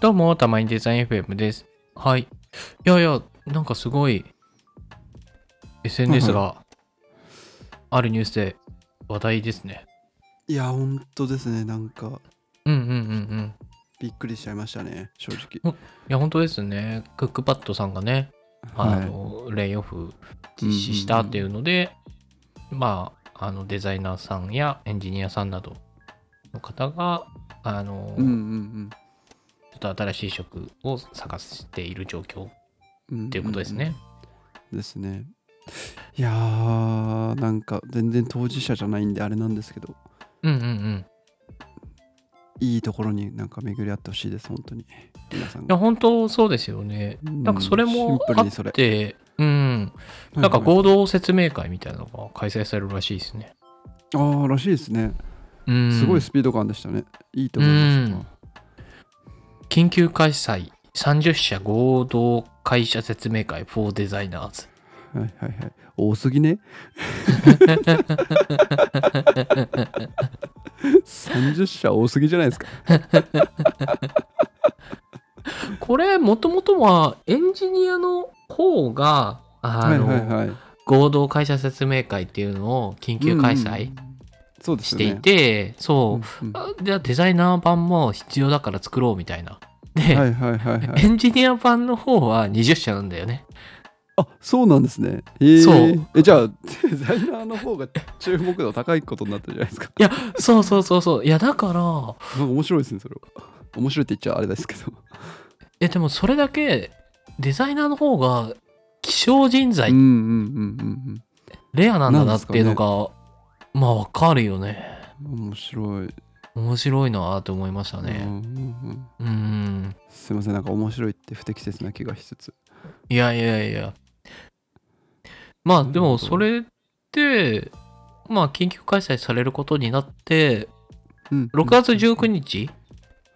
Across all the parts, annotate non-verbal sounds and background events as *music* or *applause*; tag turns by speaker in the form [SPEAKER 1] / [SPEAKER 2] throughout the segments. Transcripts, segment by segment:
[SPEAKER 1] どうも、たまにデザイン FM です。はい。いやいや、なんかすごい、SNS があるニュースで話題ですね。
[SPEAKER 2] いや、本当ですね。なんか、
[SPEAKER 1] うんうんうんうん。
[SPEAKER 2] びっくりしちゃいましたね、正直。
[SPEAKER 1] いや、本当ですね。クックパッドさんがね、あの、レイオフ実施したっていうので、まあ、あのデザイナーさんやエンジニアさんなどの方が、あの、
[SPEAKER 2] うんうん
[SPEAKER 1] ちょっと新しい職を探している状況っ
[SPEAKER 2] うん。って
[SPEAKER 1] いうことですね。。
[SPEAKER 2] ですね。いやー、なんか、全然当事者じゃないんで、あれなんですけど、
[SPEAKER 1] うんうんうん。
[SPEAKER 2] いいところになんか巡り合ってほしいです、本当に。皆さん
[SPEAKER 1] いや、
[SPEAKER 2] が。
[SPEAKER 1] 本当そうですよね。
[SPEAKER 2] うん
[SPEAKER 1] なんかそれも
[SPEAKER 2] シン
[SPEAKER 1] あ
[SPEAKER 2] プル
[SPEAKER 1] っ
[SPEAKER 2] にそれ
[SPEAKER 1] て、うん、なんか
[SPEAKER 2] はい
[SPEAKER 1] 合同説明会みたいなのが開催されるらしいですね。
[SPEAKER 2] はいあー、らしいですね。
[SPEAKER 1] うん、
[SPEAKER 2] すごいスピード感でしたね。いいと思います
[SPEAKER 1] うん。緊急開催30社合同会社説明会 for designers。
[SPEAKER 2] はいはいはい。多す
[SPEAKER 1] *laughs*
[SPEAKER 2] ぎね *laughs* ?30 社多すぎじゃないですか。
[SPEAKER 1] これ、もともとはエンジニアの方が、あ
[SPEAKER 2] はい
[SPEAKER 1] の、
[SPEAKER 2] はいはい。
[SPEAKER 1] 合同会社説明会っていうのを緊急開催
[SPEAKER 2] そうです
[SPEAKER 1] し
[SPEAKER 2] よ
[SPEAKER 1] て
[SPEAKER 2] ね
[SPEAKER 1] いて、そう、
[SPEAKER 2] うんうんは
[SPEAKER 1] あじゃあデザイナー版も必要だから作ろうみたいな。で、
[SPEAKER 2] いはいはいはい
[SPEAKER 1] エンジニア版の方は20社なんだよね。
[SPEAKER 2] あそうなんですねへえ
[SPEAKER 1] そう
[SPEAKER 2] えじゃあデザイナーの方が注目度高いことになってるじゃないですか *laughs*
[SPEAKER 1] いや、そうそうそうそう。いや、だから、
[SPEAKER 2] なんか面白いですねそれは面白いって言っちゃあれですけど
[SPEAKER 1] え、でもそれだけデザイナーの方が希少人材、
[SPEAKER 2] うんうんうん
[SPEAKER 1] レアなんだな
[SPEAKER 2] なん
[SPEAKER 1] っ
[SPEAKER 2] ですか
[SPEAKER 1] て
[SPEAKER 2] ね
[SPEAKER 1] いうのが、まあわかるよね。
[SPEAKER 2] うんうん面白い、ね
[SPEAKER 1] 面白いなと思いました
[SPEAKER 2] うん
[SPEAKER 1] ね。
[SPEAKER 2] うんうん
[SPEAKER 1] うーん。
[SPEAKER 2] すいませんなんか面白いって不適切な気がしつつ
[SPEAKER 1] いやいやいや。まあでもそれって、まあ緊急開催されることになって、
[SPEAKER 2] うん
[SPEAKER 1] 6月19
[SPEAKER 2] 日
[SPEAKER 1] 日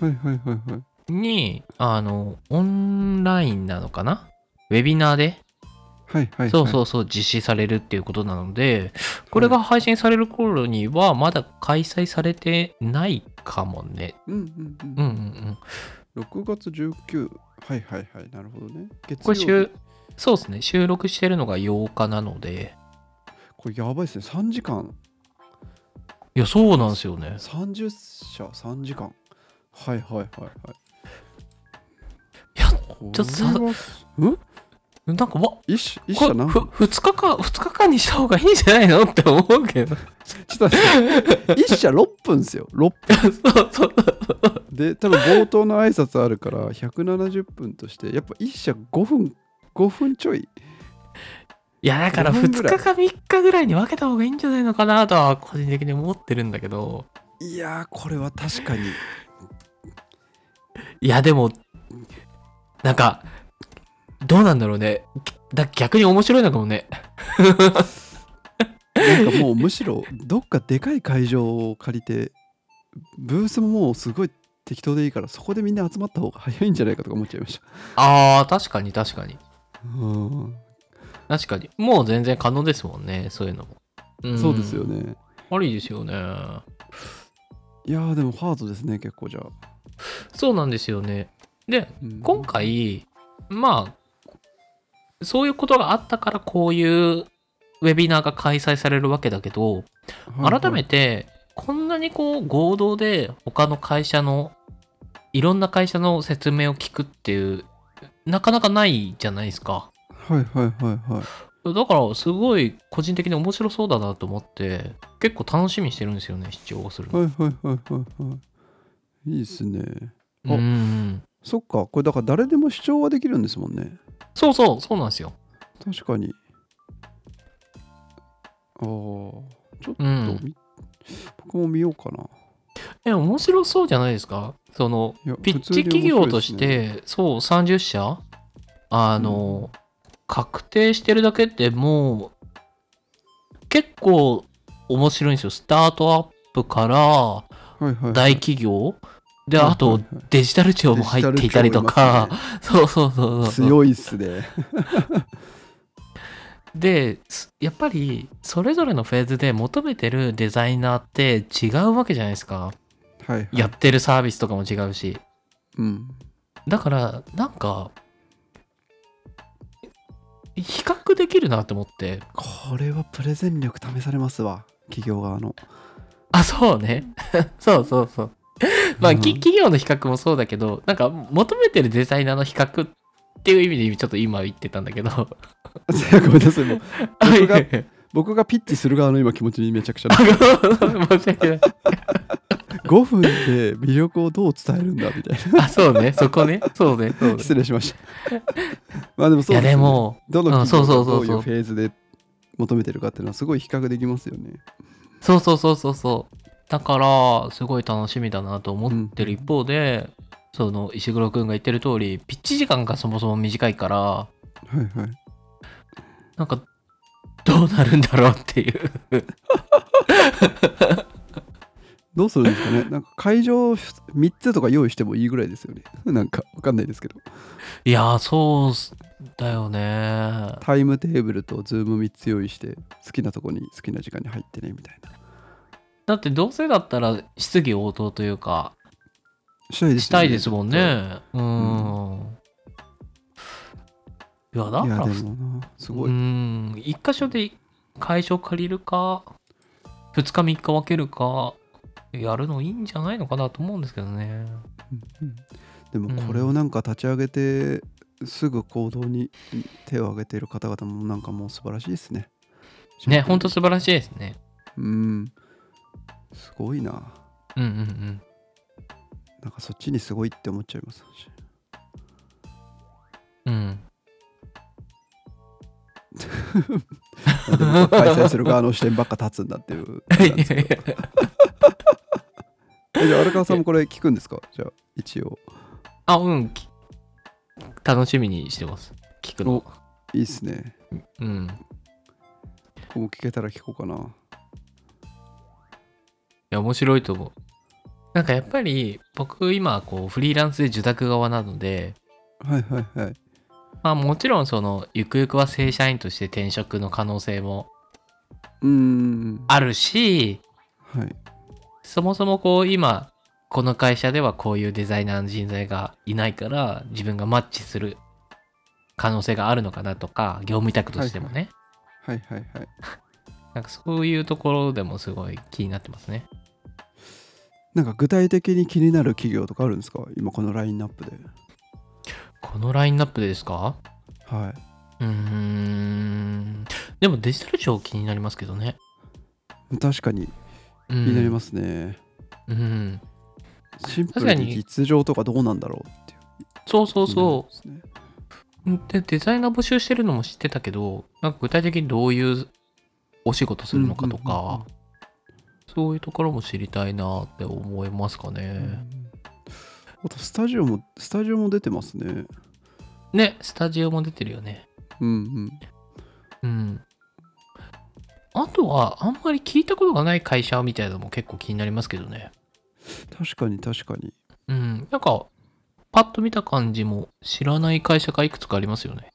[SPEAKER 2] はいはいはいはい
[SPEAKER 1] に、あの、オンラインなのかなウェビナーで
[SPEAKER 2] はいはい
[SPEAKER 1] そうそううそう、実施されるっていうことなので、これが配信される頃には、まだ開催されてないかもね。
[SPEAKER 2] うんうんう
[SPEAKER 1] う
[SPEAKER 2] ん
[SPEAKER 1] んうんうん。
[SPEAKER 2] 6月19はいはいはいなるほどね月
[SPEAKER 1] これ、
[SPEAKER 2] 曜日
[SPEAKER 1] 週、そうですね、収録してるのが8日なので、
[SPEAKER 2] これやばいですね3時間
[SPEAKER 1] いや、そうなんですよね。
[SPEAKER 2] 30社3時間はいはいはいはい
[SPEAKER 1] いや
[SPEAKER 2] こ
[SPEAKER 1] ちょっとさ
[SPEAKER 2] れはうん
[SPEAKER 1] なんか、わ、こ
[SPEAKER 2] 一社
[SPEAKER 1] れ、
[SPEAKER 2] 一
[SPEAKER 1] ふ
[SPEAKER 2] 社何分
[SPEAKER 1] 2日か、2日間にした方がいいんじゃないのって思うけ
[SPEAKER 2] *laughs*
[SPEAKER 1] ど。
[SPEAKER 2] ちょっと待って一社6分ですよ6
[SPEAKER 1] そうそう。
[SPEAKER 2] 分で多分冒頭の挨拶あるから170分としてやっぱ一社5分5分ちょい
[SPEAKER 1] いや、だから
[SPEAKER 2] 五
[SPEAKER 1] 2
[SPEAKER 2] 分ぐらい
[SPEAKER 1] 日か3日ぐらいに分けた方がいいんじゃないのかなとは、個人的に思ってるんだけど。
[SPEAKER 2] いやーこれは確かに
[SPEAKER 1] いや、でも、なんか、どうなんだろうね。だ逆に面白いのかもね。
[SPEAKER 2] なんかもうむしろどっかでかい会場を借りてブースももうすごい適当でいいからそこでみんな集まった方が早いんじゃないかとか思っちゃいました
[SPEAKER 1] ああ、確かに確かに。
[SPEAKER 2] うん
[SPEAKER 1] 確かに。もう全然可能ですもんね、そういうのも。ん
[SPEAKER 2] そうですよ。ね、
[SPEAKER 1] ありですよね。
[SPEAKER 2] いやーでもハードですね結構じゃあ、
[SPEAKER 1] そうなんですよね。で、
[SPEAKER 2] うん
[SPEAKER 1] 今回、まあ、そういうことがあったから、こういうウェビナーが開催されるわけだけど、改め
[SPEAKER 2] て
[SPEAKER 1] てこんなにこう合同で他の会社のいろんな会社の説明を聞くっていうなかなかないじゃないですか
[SPEAKER 2] はいはいはいはい
[SPEAKER 1] だからすごい個人的に面白そうだなと思って結構楽しみにしてるんですよね視聴をするの
[SPEAKER 2] はいはいはいはいはいいいっすね
[SPEAKER 1] うんうん
[SPEAKER 2] そっかこれだから誰でも視聴はできるんですもんね
[SPEAKER 1] そうそうそうなんですよ
[SPEAKER 2] 確かにああちょっと
[SPEAKER 1] うん
[SPEAKER 2] み僕も見ようかな
[SPEAKER 1] え面白そうじゃないですかその
[SPEAKER 2] いや
[SPEAKER 1] ピッ
[SPEAKER 2] 普通
[SPEAKER 1] チ
[SPEAKER 2] に
[SPEAKER 1] 企業とし
[SPEAKER 2] 面白いで
[SPEAKER 1] て、そう30社あの、確定してるだけってもう結構面白いんですよスタートアップから
[SPEAKER 2] すねはいはい
[SPEAKER 1] 大企業で
[SPEAKER 2] はいはい
[SPEAKER 1] あとデジタル庁も入っていたりとか、 *laughs* そうそうそうそう
[SPEAKER 2] 強いっすね
[SPEAKER 1] ですやっぱりそれぞれのフェーズで求めてるデザイナーって違うわけじゃないですか
[SPEAKER 2] はいはい
[SPEAKER 1] やってるサービスとかも違うし
[SPEAKER 2] うん
[SPEAKER 1] だから、なんか、比較できるなと思って。
[SPEAKER 2] これはプレゼン力試されますわ企業側の *laughs*
[SPEAKER 1] あ、そうね。 *laughs* そうそうそう。まあ、き
[SPEAKER 2] うん
[SPEAKER 1] 企業の比較もそうだけど、なんか、求めてるデザイナーの比較っていう意味で、ちょっと今言ってたんだけど。
[SPEAKER 2] ごめんなさいもう僕が
[SPEAKER 1] いやいや
[SPEAKER 2] 僕がピッチする側の今気持ちにめちゃくちゃ
[SPEAKER 1] *laughs*
[SPEAKER 2] な
[SPEAKER 1] あごめん申し訳ない。
[SPEAKER 2] 5分で魅力をどう伝えるんだみたい
[SPEAKER 1] あ、そうね。そこね。そうね。そう
[SPEAKER 2] な
[SPEAKER 1] ね
[SPEAKER 2] 失礼しました *laughs* まあでも
[SPEAKER 1] い
[SPEAKER 2] そう
[SPEAKER 1] や、
[SPEAKER 2] です
[SPEAKER 1] で
[SPEAKER 2] よね
[SPEAKER 1] も、
[SPEAKER 2] どの
[SPEAKER 1] うん
[SPEAKER 2] 企業
[SPEAKER 1] そ
[SPEAKER 2] が
[SPEAKER 1] うそうそう
[SPEAKER 2] ど
[SPEAKER 1] う
[SPEAKER 2] い
[SPEAKER 1] そう
[SPEAKER 2] うフェーズで求めてるかっていうのはすごい比較できますよね
[SPEAKER 1] そうそうそうそうそう。だから、すごい楽しみだなと思ってる一方で、その石黒くんが言ってる通り、ピッチ時間がそもそも短いから、
[SPEAKER 2] はいはい
[SPEAKER 1] なんか、どうなるんだろうっていう。
[SPEAKER 2] どうするんですかねなんか会場3つとか用意してもいいぐらいですよね *laughs* なんかわかんないですけど
[SPEAKER 1] *laughs* いやー、そうっすだよね。
[SPEAKER 2] タイムテーブルとズーム3つ用意して好きなとこに好きな時間に入ってねみたいな
[SPEAKER 1] だって、どうせだったら質疑応答というか、
[SPEAKER 2] したいですよね
[SPEAKER 1] したいですもんね。うーん。いや、だか
[SPEAKER 2] いや
[SPEAKER 1] ら
[SPEAKER 2] で、もなすご
[SPEAKER 1] う
[SPEAKER 2] い、
[SPEAKER 1] ん一箇所で会場借りるか2日3日分けるかやるのいいんじゃないのかなと思うんですけどね
[SPEAKER 2] うんでもこれをなんか立ち上げてすぐ行動に手を挙げている方々もなんかもう素晴らしいですね
[SPEAKER 1] ねほんと素晴らしいですね
[SPEAKER 2] うんすごいな
[SPEAKER 1] うんうんうん
[SPEAKER 2] なんかそっちにすごいって思っちゃいます私 *laughs*
[SPEAKER 1] うん、
[SPEAKER 2] あでも開催する側の視点ばっか立つんだっていう。えじゃあ荒川さんもこれ聞くんですかじゃあ一応。
[SPEAKER 1] あうんき楽しみにしてます聞くの
[SPEAKER 2] いいっすね。
[SPEAKER 1] うん
[SPEAKER 2] ここも聞けたら聞こうかな。
[SPEAKER 1] いや面白いと思うなんかやっぱり僕今こうフリーランスで受託側なので
[SPEAKER 2] はいはいはい。
[SPEAKER 1] まあもちろんそのゆくゆくは正社員として転職の可能性も
[SPEAKER 2] うーん。
[SPEAKER 1] あるし
[SPEAKER 2] はい。
[SPEAKER 1] そもそもこう今この会社ではこういうデザイナーの人材がいないから自分がマッチする可能性があるのかなとか業務委託としてもね、
[SPEAKER 2] はいはいはい。
[SPEAKER 1] なんかそういうところでもすごい気になってますね
[SPEAKER 2] なんか具体的に気になる企業とかあるんですか今このラインナップで。
[SPEAKER 1] このラインナップでですか
[SPEAKER 2] は
[SPEAKER 1] うーんでもデジタル庁気になりますけどね
[SPEAKER 2] い。確かに
[SPEAKER 1] 気
[SPEAKER 2] 気になりますすね。
[SPEAKER 1] うん
[SPEAKER 2] シンプ
[SPEAKER 1] 確
[SPEAKER 2] ル
[SPEAKER 1] か
[SPEAKER 2] に
[SPEAKER 1] に
[SPEAKER 2] 実情とかどうなんだろうっていう。
[SPEAKER 1] そうそうそう
[SPEAKER 2] う。
[SPEAKER 1] でデザイナー募集してるのも知ってたけどなんか具体的にどういうお仕事するのかと
[SPEAKER 2] うんうんうんう
[SPEAKER 1] か
[SPEAKER 2] ん
[SPEAKER 1] そういうところも知りたいなって思いますかね。
[SPEAKER 2] あとスタジオもスタジオも出てますね。
[SPEAKER 1] ねスタジオも出てるよね。
[SPEAKER 2] うんうん。
[SPEAKER 1] うん。あとはあんまり聞いたことがない会社みたいなのも結構気になりますけどね。
[SPEAKER 2] 確かに確かに。
[SPEAKER 1] うん。なんかパッと見た感じも知らない会社がいくつかありますよね。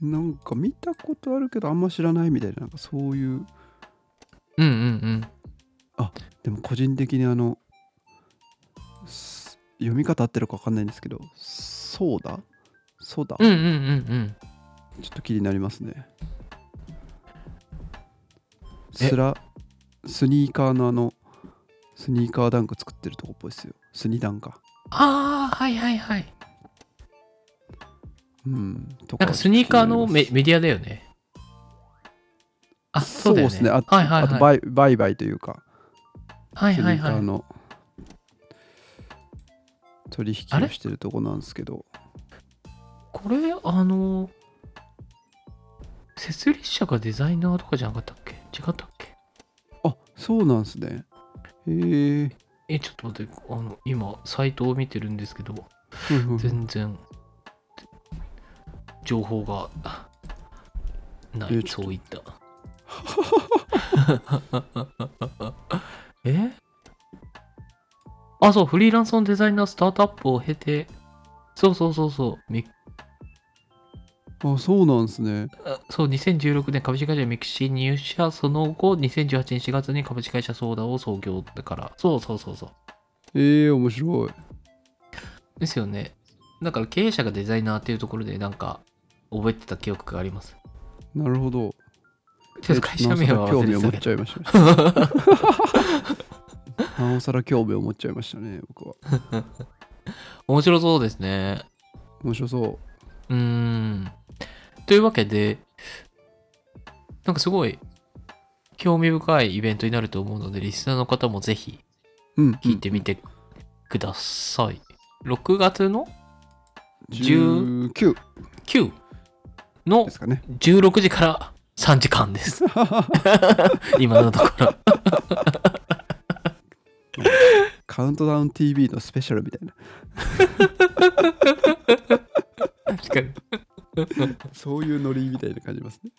[SPEAKER 2] なんか見たことあるけどあんま知らないみたいななんかそういう
[SPEAKER 1] うんうん
[SPEAKER 2] でも個人的にあのす読み方合ってるか分かんないんですけどソーダソーダ、
[SPEAKER 1] うん。うんうんうんうん。
[SPEAKER 2] ちょっと気になりますね
[SPEAKER 1] え
[SPEAKER 2] スラスニーカーのあのスニーカーダンク作ってるとこっぽいですよスニダンか
[SPEAKER 1] ああはいはいはい。
[SPEAKER 2] うんと
[SPEAKER 1] なんかスニーカーの
[SPEAKER 2] 気
[SPEAKER 1] メ
[SPEAKER 2] になります
[SPEAKER 1] メディアだよね。あ、そ
[SPEAKER 2] そうう
[SPEAKER 1] だよ
[SPEAKER 2] で
[SPEAKER 1] ね。
[SPEAKER 2] すねあ,、
[SPEAKER 1] はいはい
[SPEAKER 2] あと
[SPEAKER 1] はい。
[SPEAKER 2] 売売買というか
[SPEAKER 1] はい
[SPEAKER 2] スニ
[SPEAKER 1] はい
[SPEAKER 2] ーカ
[SPEAKER 1] は
[SPEAKER 2] ー
[SPEAKER 1] い。
[SPEAKER 2] の取引をしてるとこなんですけど
[SPEAKER 1] これ、あの、設立者がデザイナーとかじゃなかったっけ違ったっけ
[SPEAKER 2] あそうなんですねへえ
[SPEAKER 1] え、ちょっと待って、あの、今、サイトを見てるんですけど、全然、情報がな
[SPEAKER 2] え
[SPEAKER 1] い、
[SPEAKER 2] ちょっと
[SPEAKER 1] そうい
[SPEAKER 2] *laughs*
[SPEAKER 1] った。えあ、そう、フリーランスのデザイナースタートアップを経て、そうそうそうそう、ミ
[SPEAKER 2] あそうなんですね
[SPEAKER 1] あそう、2016年株式会社ミクシーに入社、その後、2018年4月に株式会社ソーダを創業だから、そうそうそうそう。
[SPEAKER 2] ええ面白い
[SPEAKER 1] ですよね。だから経営者がデザイナーっていうところでなんか覚えてた記憶があります。
[SPEAKER 2] なるほど。
[SPEAKER 1] ちょっと *laughs* 会社名は
[SPEAKER 2] えなおさら興
[SPEAKER 1] 忘
[SPEAKER 2] 味
[SPEAKER 1] れて
[SPEAKER 2] を持
[SPEAKER 1] た
[SPEAKER 2] っ
[SPEAKER 1] け
[SPEAKER 2] ちゃいました。
[SPEAKER 1] *laughs*
[SPEAKER 2] なおさら興味を持っちゃいましたね、僕は。
[SPEAKER 1] ど。面白そうですね。
[SPEAKER 2] 面白そう。
[SPEAKER 1] うーん。というわけで、なんかすごい興味深いイベントになると思うので、リスナーの方もぜひ
[SPEAKER 2] うん、
[SPEAKER 1] 聞いてみてください。6月の
[SPEAKER 2] うん19
[SPEAKER 1] 9の
[SPEAKER 2] ですかね。
[SPEAKER 1] 16時から3時間です。今のところ。
[SPEAKER 2] カウントダウン TV のスペシャルみたいな。
[SPEAKER 1] 確かに。
[SPEAKER 2] そういうノリみたいな感じますね。